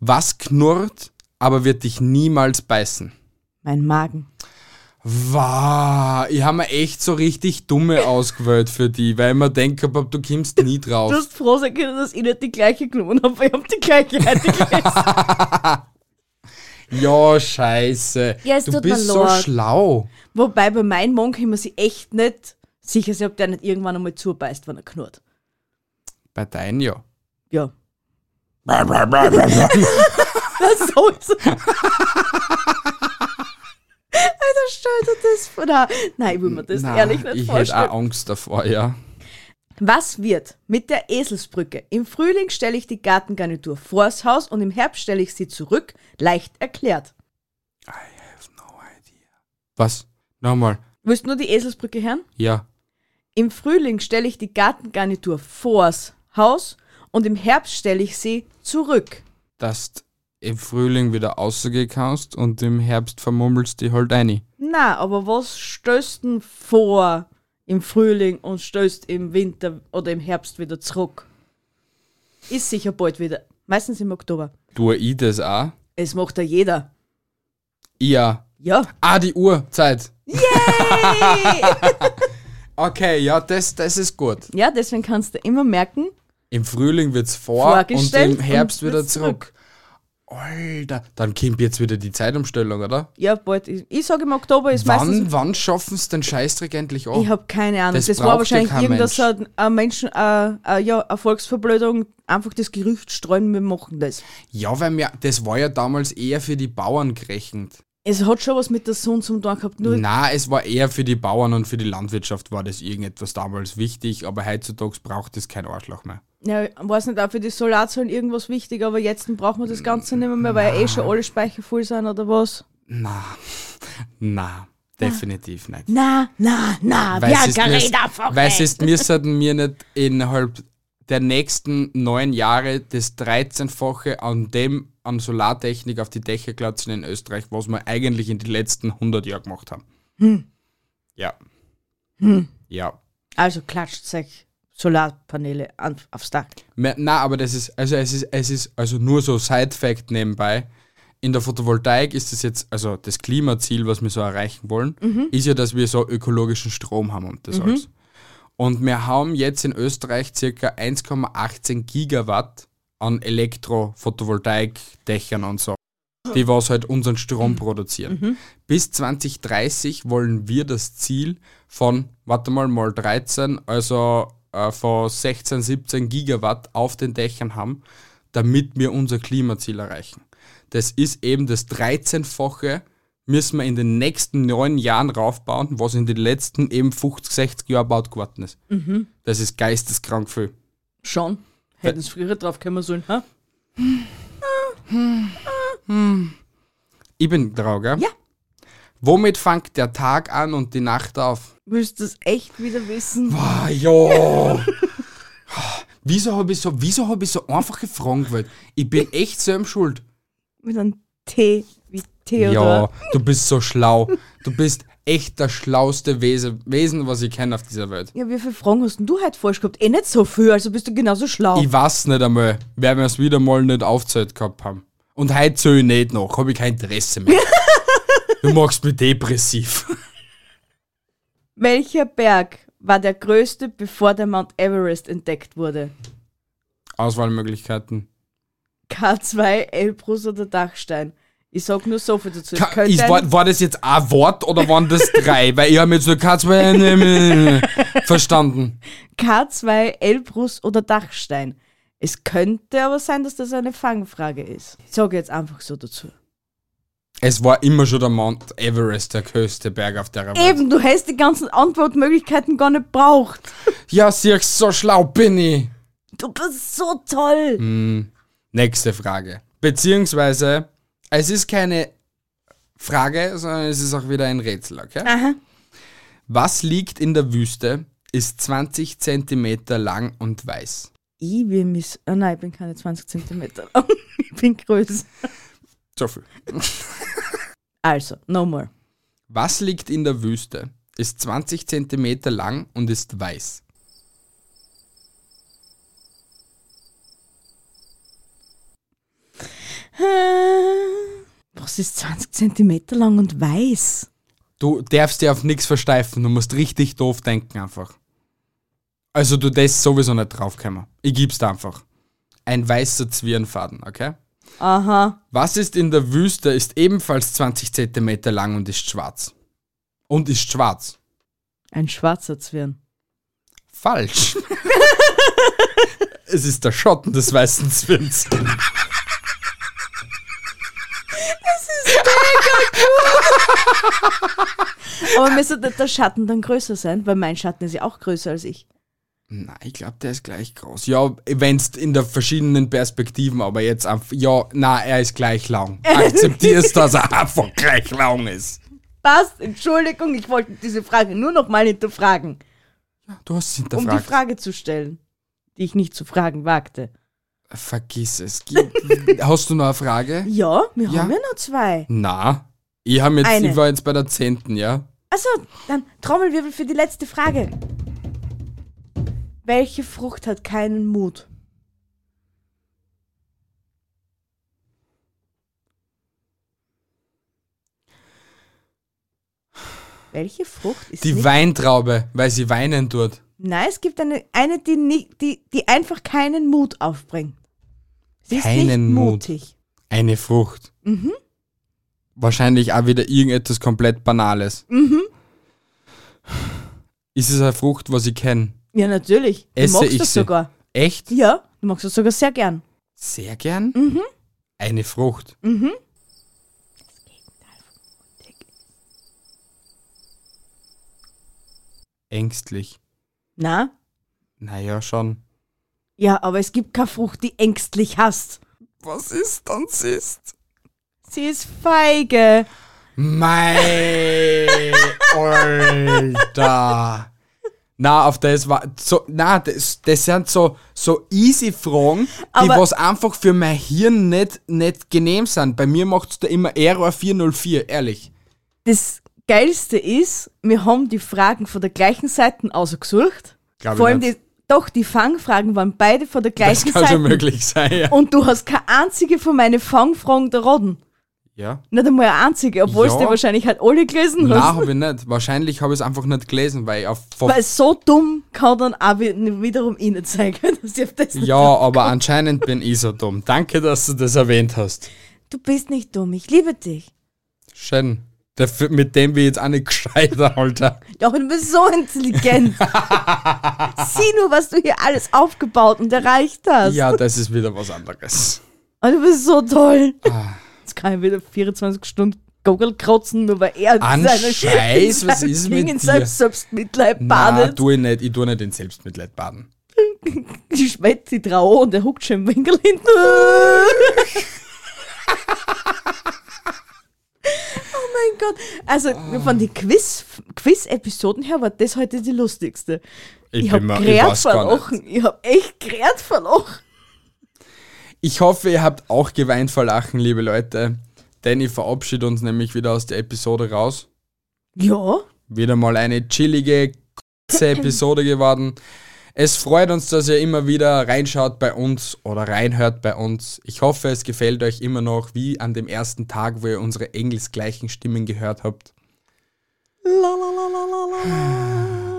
Speaker 1: Was knurrt, aber wird dich niemals beißen?
Speaker 2: Mein Magen.
Speaker 1: Wow, ich habe mir echt so richtig dumme
Speaker 2: (laughs)
Speaker 1: ausgewählt für die, weil ich mir denk hab, du kommst nie drauf.
Speaker 2: Du hast froh sein können, dass ich nicht die gleiche genommen habe. Ich habe die gleiche
Speaker 1: (laughs)
Speaker 2: heute gegessen.
Speaker 1: ja, scheiße.
Speaker 2: Ja, es
Speaker 1: du
Speaker 2: tut mir
Speaker 1: bist so
Speaker 2: leid.
Speaker 1: schlau.
Speaker 2: Wobei bei meinem Magen kann man sich echt nicht sicher sein, ob der nicht irgendwann einmal zubeißt, wenn er knurrt.
Speaker 1: Bei deinem ja.
Speaker 2: Ja. (laughs) das
Speaker 1: (laughs)
Speaker 2: so ist Alter, stell dir das vor. Nein, nein, ich will mir das
Speaker 1: Nein,
Speaker 2: ehrlich nicht
Speaker 1: ich hätte
Speaker 2: vorstellen.
Speaker 1: auch Angst davor, ja.
Speaker 2: Was wird mit der Eselsbrücke? Im Frühling stelle ich die Gartengarnitur vors Haus und im Herbst stelle ich sie zurück. Leicht erklärt.
Speaker 1: I have no idea. Was? Nochmal.
Speaker 2: Willst du nur die Eselsbrücke hören?
Speaker 1: Ja.
Speaker 2: Im Frühling stelle ich die Gartengarnitur vors Haus und im Herbst stelle ich sie zurück.
Speaker 1: Dass du im Frühling wieder rausgehen kannst und im Herbst vermummelst die halt rein.
Speaker 2: Na, aber was stößt denn vor im Frühling und stößt im Winter oder im Herbst wieder zurück? Ist sicher bald wieder. Meistens im Oktober.
Speaker 1: Tue ich das auch?
Speaker 2: Es macht ja jeder.
Speaker 1: Ja.
Speaker 2: Ja.
Speaker 1: Ah, die Uhrzeit. Yay! (laughs) okay, ja, das, das ist gut.
Speaker 2: Ja, deswegen kannst du immer merken,
Speaker 1: Im Frühling wird's vor und
Speaker 2: Vorgestellt
Speaker 1: im Herbst
Speaker 2: und
Speaker 1: wieder
Speaker 2: wird's
Speaker 1: zurück. Alter, dann kommt jetzt wieder die Zeitumstellung, oder?
Speaker 2: ja, bald. ist- Ich sage im Oktober ist meistens.
Speaker 1: Wann, wann schaffen sie den Scheißdreck endlich
Speaker 2: Ich
Speaker 1: an?
Speaker 2: habe keine Ahnung.
Speaker 1: Das
Speaker 2: Das,
Speaker 1: braucht
Speaker 2: war
Speaker 1: ja
Speaker 2: wahrscheinlich
Speaker 1: kein
Speaker 2: irgendwas,
Speaker 1: Mensch.
Speaker 2: ein ein Menschen, äh, äh, ja, eine Volksverblödung, einfach das Gerücht streuen, wir machen das.
Speaker 1: Ja, weil mir, das war ja damals eher für die Bauern gerechnet.
Speaker 2: Es hat schon was mit der Sonne zum tun gehabt, nur
Speaker 1: Na, es war eher für die Bauern und für die Landwirtschaft war das irgendetwas damals wichtig, aber heutzutage braucht es kein Arschloch mehr.
Speaker 2: Ja, ich weiß nicht, auch für die Solarzellen irgendwas wichtig, aber jetzt braucht man das Ganze nicht mehr, mehr weil ja eh schon alle Speicher voll sind oder was?
Speaker 1: Na, na, definitiv nicht.
Speaker 2: Na, na, na,
Speaker 1: es müsst- weil es ist, wir sollten mir nicht innerhalb der nächsten neun Jahre das 13-fache an dem an Solartechnik auf die Dächer klatschen in Österreich, was wir eigentlich in den letzten 100 Jahren gemacht haben.
Speaker 2: Hm.
Speaker 1: Ja. Ja.
Speaker 2: Also klatscht euch Solarpaneele an, aufs Dach.
Speaker 1: Me- Na, aber das ist, also es ist, es ist, also nur so Side-Fact nebenbei. In der Photovoltaik ist das jetzt, also das Klimaziel, was wir so erreichen wollen, ist ja, dass wir so ökologischen Strom haben und das alles. Und wir haben jetzt in Österreich circa 1,18 Gigawatt an Elektro-Photovoltaik-Dächern und so, die was halt unseren Strom produzieren. Bis 2030 wollen wir das Ziel von, warte mal, mal 13, also äh, von 16, 17 Gigawatt auf den Dächern haben, damit wir unser Klimaziel erreichen. Das ist eben das 13-fache, müssen wir in den nächsten neun Jahren raufbauen, was in den letzten eben 50, 60 Jahren baut geworden ist. Das ist geisteskrank viel.
Speaker 2: Schon. Hätten es früher drauf kommen sollen, ha?
Speaker 1: Ich bin dran, gell?
Speaker 2: Ja.
Speaker 1: Womit fängt der Tag an und die Nacht auf?
Speaker 2: Willst du das echt wieder wissen?
Speaker 1: Ah, ja. (laughs) wieso habe ich, so, wieso hab ich so einfache Fragen gewählt? Ich bin echt selber schuld.
Speaker 2: Mit einem T wie
Speaker 1: Ja,
Speaker 2: Theodor.
Speaker 1: du bist so schlau. Du bist echt das schlauste Wesen, Wesen was ich kenne auf dieser Welt.
Speaker 2: Ja. wie viele Fragen hast denn du heute falsch gehabt? Eh nicht so viel, also bist du genauso schlau.
Speaker 1: Ich weiß nicht einmal, weil wir es wieder mal nicht aufgezählt gehabt haben. Und heute zähle ich nicht noch, habe ich kein Interesse
Speaker 2: (laughs)
Speaker 1: mehr. du machst mich depressiv.
Speaker 2: Welcher Berg war der größte, bevor der Mount Everest entdeckt wurde?
Speaker 1: Auswahlmöglichkeiten.
Speaker 2: K2, Elbrus oder Dachstein. Ich sag nur so viel dazu. Es
Speaker 1: Ka
Speaker 2: könnte
Speaker 1: ist, war,
Speaker 2: ein,
Speaker 1: war das jetzt ein Wort oder waren das drei? Weil ich habe jetzt nur K2
Speaker 2: (laughs)
Speaker 1: verstanden.
Speaker 2: K2, Elbrus oder Dachstein. Es könnte aber sein, dass das eine Fangfrage ist. Ich sage jetzt einfach so dazu.
Speaker 1: Es war immer schon der Mount Everest, der höchste Berg auf der Welt.
Speaker 2: Eben, du hast die ganzen Antwortmöglichkeiten gar nicht braucht.
Speaker 1: Ja, siehst so schlau bin ich.
Speaker 2: Du bist so toll.
Speaker 1: Hm. Nächste Frage. Beziehungsweise, es ist keine Frage, sondern es ist auch wieder ein Rätsel, okay?
Speaker 2: Aha.
Speaker 1: Was liegt in der Wüste, ist 20 Zentimeter lang und weiß?
Speaker 2: Ich will mich... Ah nein, ich bin keine 20 Zentimeter lang. (laughs) ich bin größer.
Speaker 1: So viel.
Speaker 2: Also, no more.
Speaker 1: Was liegt in der Wüste, ist 20 Zentimeter lang und ist weiß?
Speaker 2: Was ist 20 Zentimeter lang und weiß?
Speaker 1: Du darfst dir auf nichts versteifen, du musst richtig doof denken einfach. Also du das sowieso nicht draufkommen. Ich gib's dir einfach. Ein weißer Zwirnfaden, okay?
Speaker 2: Aha.
Speaker 1: Was ist in der Wüste, ist ebenfalls 20 cm lang und ist schwarz. Und ist schwarz.
Speaker 2: Ein schwarzer Zwirn.
Speaker 1: Falsch. es ist der Schatten des weißen Zwirns.
Speaker 2: Aber müsste der Schatten dann größer sein? Weil mein Schatten ist ja auch größer als ich.
Speaker 1: Nein, ich glaube, der ist gleich groß. Ja, wenn's in der verschiedenen Perspektiven, aber jetzt einfach, ja, na, er ist gleich
Speaker 2: (laughs)
Speaker 1: lang. Akzeptierst, dass er einfach gleich lang ist.
Speaker 2: Passt, Entschuldigung, ich wollte diese Frage nur noch mal hinterfragen,
Speaker 1: Du hast es
Speaker 2: um
Speaker 1: hinterfragt.
Speaker 2: die Frage zu stellen, die ich nicht zu fragen wagte.
Speaker 1: Vergiss es. Gib- hast du noch eine Frage?
Speaker 2: Ja, wir
Speaker 1: Ja.
Speaker 2: haben ja noch zwei.
Speaker 1: Na, ich, hab jetzt,
Speaker 2: Eine.
Speaker 1: ich war jetzt bei der zehnten, ja?
Speaker 2: Also, dann Trommelwirbel für die letzte Frage. Welche Frucht hat keinen Mut? Welche Frucht ist
Speaker 1: Die
Speaker 2: nicht
Speaker 1: Weintraube, weil sie weinen tut.
Speaker 2: Nein, es gibt eine, eine die, nicht, die, die einfach keinen Mut aufbringt. Sie ist nicht
Speaker 1: Keinen Mut.
Speaker 2: mutig.
Speaker 1: Eine Frucht.
Speaker 2: Mhm.
Speaker 1: Wahrscheinlich auch wieder irgendetwas komplett Banales.
Speaker 2: Mhm.
Speaker 1: Ist es eine Frucht, was ich kenne?
Speaker 2: Ja, natürlich. Du
Speaker 1: Esse
Speaker 2: magst
Speaker 1: ich
Speaker 2: das
Speaker 1: sie?
Speaker 2: sogar.
Speaker 1: Echt?
Speaker 2: Ja, du magst das sogar sehr gern.
Speaker 1: Sehr gern?
Speaker 2: Mhm.
Speaker 1: Eine Frucht. Ängstlich.
Speaker 2: Na?
Speaker 1: Naja, schon.
Speaker 2: Ja, aber es gibt keine Frucht, die ängstlich hast.
Speaker 1: Was ist dann ist?
Speaker 2: Sie ist feige.
Speaker 1: Mei, Alter. Na, auf das war so, na, das, das sind so, so easy Fragen, die
Speaker 2: Aber-
Speaker 1: was einfach für mein Hirn nicht, nicht genehm sind. Bei mir macht's da immer Error 404, ehrlich.
Speaker 2: Das Geilste ist, wir haben die Fragen von der gleichen Seite ausgesucht.
Speaker 1: Glaub ich
Speaker 2: Vor allem
Speaker 1: nicht.
Speaker 2: die, doch, die Fangfragen waren beide von der
Speaker 1: Das
Speaker 2: gleichen
Speaker 1: kann
Speaker 2: Seite.
Speaker 1: schon möglich sein, ja.
Speaker 2: Und du hast keine einzige von meinen Fangfragen geraten.
Speaker 1: ja.
Speaker 2: Nicht einmal eine einzige, obwohl
Speaker 1: Ja.
Speaker 2: du wahrscheinlich halt alle gelesen
Speaker 1: Nein,
Speaker 2: hast.
Speaker 1: habe ich nicht. Wahrscheinlich habe ich es einfach nicht gelesen, weil ich auf von-
Speaker 2: Weil so dumm kann dann auch wi- wiederum ihnen zeigen, (laughs) dass ich auf das
Speaker 1: Ja, aber anscheinend bin ich so dumm. Danke, dass du das erwähnt hast.
Speaker 2: Du bist nicht dumm, ich liebe dich.
Speaker 1: Schön. Dafür- mit dem bin ich jetzt auch nicht (laughs) gescheiter, Alter.
Speaker 2: Doch, du bist so intelligent.
Speaker 1: (laughs)
Speaker 2: Sieh nur, was du hier alles aufgebaut und erreicht hast.
Speaker 1: Ja, das ist wieder was anderes.
Speaker 2: Und du bist so toll.
Speaker 1: Ah.
Speaker 2: Jetzt kann ich wieder 24 Stunden Gogel krotzen, nur weil er
Speaker 1: An Scheiß, was ist
Speaker 2: Ding
Speaker 1: mit
Speaker 2: in
Speaker 1: dir?
Speaker 2: seinem Selbstmitleid
Speaker 1: Nein,
Speaker 2: badet.
Speaker 1: tu ich nicht. Ich tu nicht in Selbstmitleid baden.
Speaker 2: Die schmeckt sie trau und er huckt schon im Winkel
Speaker 1: (laughs)
Speaker 2: hinten. Oh mein Gott. Also von den Quiz- Quiz-Episoden her war das heute die lustigste.
Speaker 1: Ich
Speaker 2: Ich,
Speaker 1: bin
Speaker 2: hab
Speaker 1: mir-
Speaker 2: habe
Speaker 1: ich
Speaker 2: gerät
Speaker 1: weiß gar
Speaker 2: verlochen. Ich habe echt gerät verlochen.
Speaker 1: Ich hoffe, ihr habt auch geweint vor Lachen, liebe Leute. Denn ich verabschiede uns nämlich wieder aus der Episode raus.
Speaker 2: Ja,
Speaker 1: Wieder mal eine chillige, kurze Episode geworden. Es freut uns, dass ihr immer wieder reinschaut bei uns oder reinhört bei uns. Ich hoffe, es gefällt euch immer noch wie an dem ersten Tag, wo ihr unsere engelsgleichen Stimmen gehört habt. (sighs)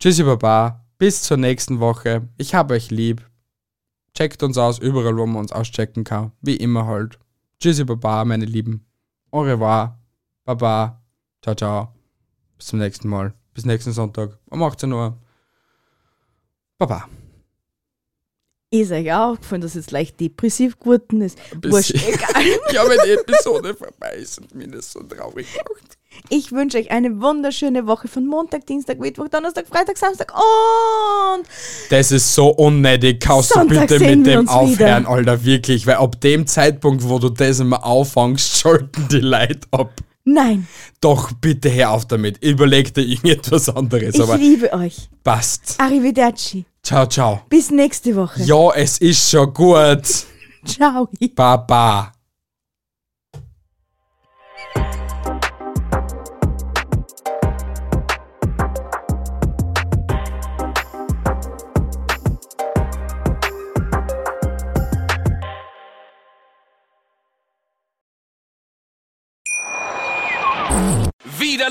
Speaker 1: Tschüssi Baba, bis zur nächsten Woche. Ich hab euch lieb. Checkt uns aus, überall wo man uns auschecken kann. Wie immer halt. Tschüssi Baba, meine Lieben. Au revoir. Baba. Ciao, ciao. Bis zum nächsten Mal. Bis nächsten Sonntag um 18 Uhr. Baba.
Speaker 2: ist euch auch aufgefallen, dass es leicht depressiv geworden ist. Wurscht,
Speaker 1: Bisschen.
Speaker 2: egal. (laughs)
Speaker 1: Ja, wenn die Episode vorbei ist und mir das so traurig macht.
Speaker 2: Ich wünsche euch eine wunderschöne Woche von Montag, Dienstag, Mittwoch, Donnerstag, Freitag, Samstag und
Speaker 1: Das ist so unnötig. Kannst
Speaker 2: Sonntag
Speaker 1: du bitte
Speaker 2: sehen
Speaker 1: mit
Speaker 2: wir
Speaker 1: dem
Speaker 2: uns
Speaker 1: aufhören,
Speaker 2: wieder.
Speaker 1: Alter, wirklich. Weil ab dem Zeitpunkt, wo du das immer auffangst, schalten die Leute ab.
Speaker 2: nein,
Speaker 1: Doch bitte hör auf damit. Überleg dir irgendetwas anderes,
Speaker 2: ich
Speaker 1: aber
Speaker 2: liebe euch.
Speaker 1: passt.
Speaker 2: Arrivederci.
Speaker 1: Ciao, ciao.
Speaker 2: Bis nächste Woche.
Speaker 1: Ja, es ist schon gut.
Speaker 2: Ciao.
Speaker 1: Baba.
Speaker 3: Wieder